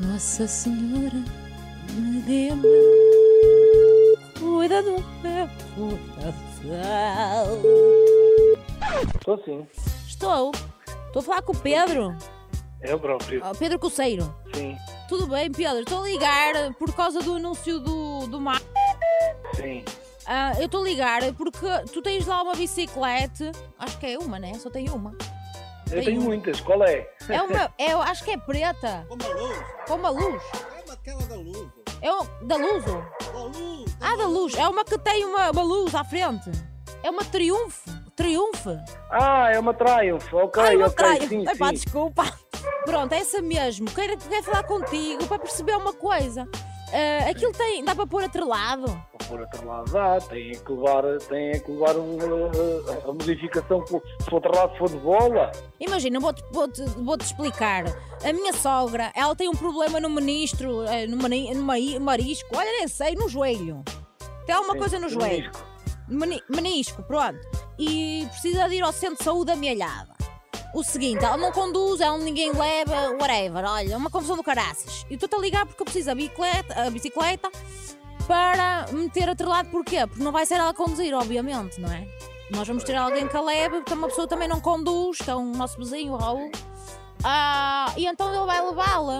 Nossa Senhora, me dê a mão. Cuida de uma fundação. Estou sim, Estou. Estou a falar com o Pedro. é o próprio. Ah, Pedro Coceiro. Sim, Tudo bem, Pedro? Estou a ligar por causa do anúncio do, do mar. sim. Ah, eu estou a ligar porque tu tens lá uma bicicleta. Acho que é uma, né? Só tem uma. Eu Tem tenho um. muitas, qual é? É uma. É, eu acho que é preta. Como a Luso. Com uma luz. É uma- aquela da uh, Luso. É um, da Luso. Da Luso. Ah, da luz. É uma que tem uma, uma luz à frente. É uma triunfo. Triunfo. Ah, é uma Triumph, ok, Ai, é uma ok, triunfo. sim, Epá, sim. desculpa. Pronto, é essa mesmo. Quero, quero falar contigo para perceber uma coisa. Ah, aquilo tem. dá para pôr atrelado? Por outro lado, dá, tem que levar, tem que levar o, uh, a modificação, por- se o outro lado for de bola. Imagina, vou-te vou-te- vou-te explicar. A minha sogra, ela tem um problema no ministro, eh, no, mani- no mai- marisco, olha, nem sei, no joelho. Tem alguma Sim, coisa no tem um joelho. menisco. Meni- menisco, pronto. E precisa de ir ao centro de saúde amealhada. O seguinte, ela não conduz, ela ninguém leva, whatever, olha, é uma confusão do caraças. E estou-te a ligar porque eu preciso da bicicleta, a bicicleta para meter atrelado, porquê? Porque não vai ser ela a conduzir, obviamente, não é? Nós vamos ter alguém que a leve, porque uma pessoa também não conduz, que é o nosso vizinho, o Raul. Ah, e então ele vai levá-la.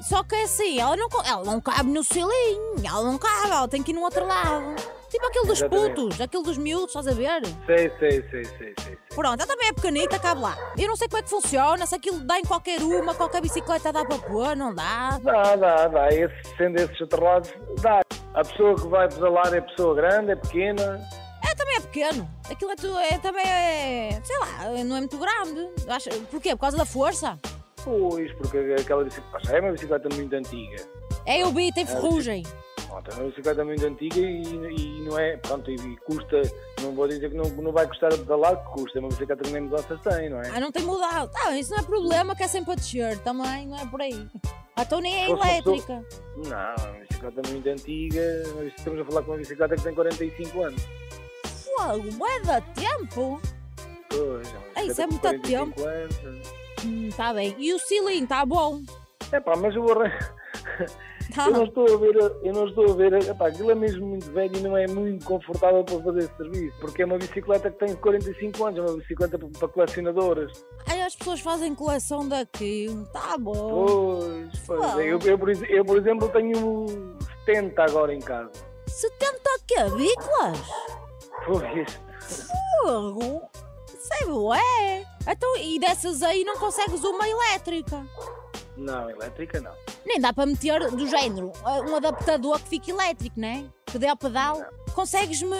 Só que é assim, ela não, co- ela não cabe no selinho, ela não cabe, ela tem que ir no outro lado. Tipo aquele dos Exatamente. putos, aquele dos miúdos, estás a ver? Sei, sei, sei, sei, sei. sei. Pronto, ela também é pequenita, cabe lá. Eu não sei como é que funciona, se aquilo dá em qualquer uma, qualquer bicicleta dá para pôr, não dá. Dá, dá, dá, esse, sendo esses atrelados, dá. A pessoa que vai pedalar é pessoa grande, é pequena, É, também é pequeno. Aquilo é, tu- é também é, sei lá, não é muito grande. Acho, porquê? Por causa da força? pois, porque aquela bicicleta, já é uma bicicleta muito antiga. É, eu vi, tem ferrugem. Pronto, é uma bicicleta muito antiga e, e não é, pronto, e, e custa, não vou dizer que não, não vai custar a pedalar, que custa, é uma bicicleta que nem mudanças tem, não é? Ah, não tem mudado. Tá, isso não é problema que é sempre a descer também, não é por aí. Ah, Então nem é Fosse uma pessoa- elétrica. Não, é uma bicicleta muito antiga, mas estamos a falar com uma bicicleta que tem 45 anos. Fogo, é da tempo. Pois, Ah, isso é muito há tempo. anos. Hum, tá bem. E o cilindro, tá bom. É pá, mas eu, arran- Tá. eu não estou a ver, eu não estou a ver, epá, aquilo é mesmo muito velho e não é muito confortável para fazer esse serviço, porque é uma bicicleta que tem 45 anos, é uma bicicleta para- para colecionadoras. Aí as pessoas fazem coleção daquilo. Tá bom. Pois, pois. Bom. Eu, eu, por ex- eu, por exemplo, tenho 70 agora em casa. 70 cabículas? Pois. Fogo. Uhum. Sei é. Então, e dessas aí não consegues uma elétrica. Não, elétrica não. Nem dá para meter do género ah, um adaptador que fique elétrico, né? Que dê ao pedal. Consegues-me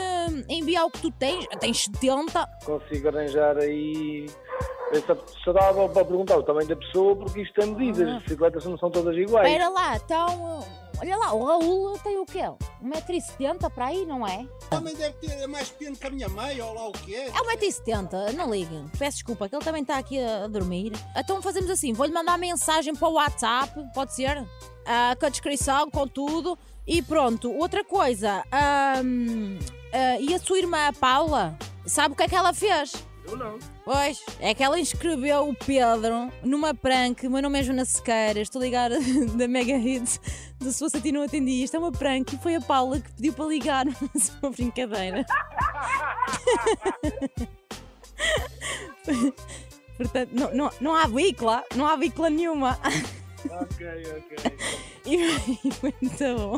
enviar o que tu tens? Ah, Tens 70? Consigo arranjar aí. Essa, só dava para perguntar o tamanho da pessoa, porque isto tem medidas. Ah. As bicicletas não são todas iguais. Espera lá, então. ah, Olha lá, o Raul tem o quê? 1,70m para aí, não é? Também deve ter é mais pequeno que a minha mãe, ou lá o que é. É 1,70m, não liga. Peço desculpa, que ele também está aqui a a dormir. Então fazemos assim: vou-lhe mandar mensagem para o WhatsApp, pode ser? Ah, com a descrição, com tudo. E pronto, outra coisa. ahm, ah, e a sua irmã, a Paula, sabe o que é que ela fez? Eu não. Pois, é que ela inscreveu o Pedro numa prank. O meu nome é Joana Sequeira, estou ligada da Mega Hits. De se fosse a ti não atendi. Isto é uma prank e foi a Paula que pediu para ligar. Mas é uma brincadeira. Portanto, não, não, não há vícula, não há vícula nenhuma. Ok, ok. E foi muito bom.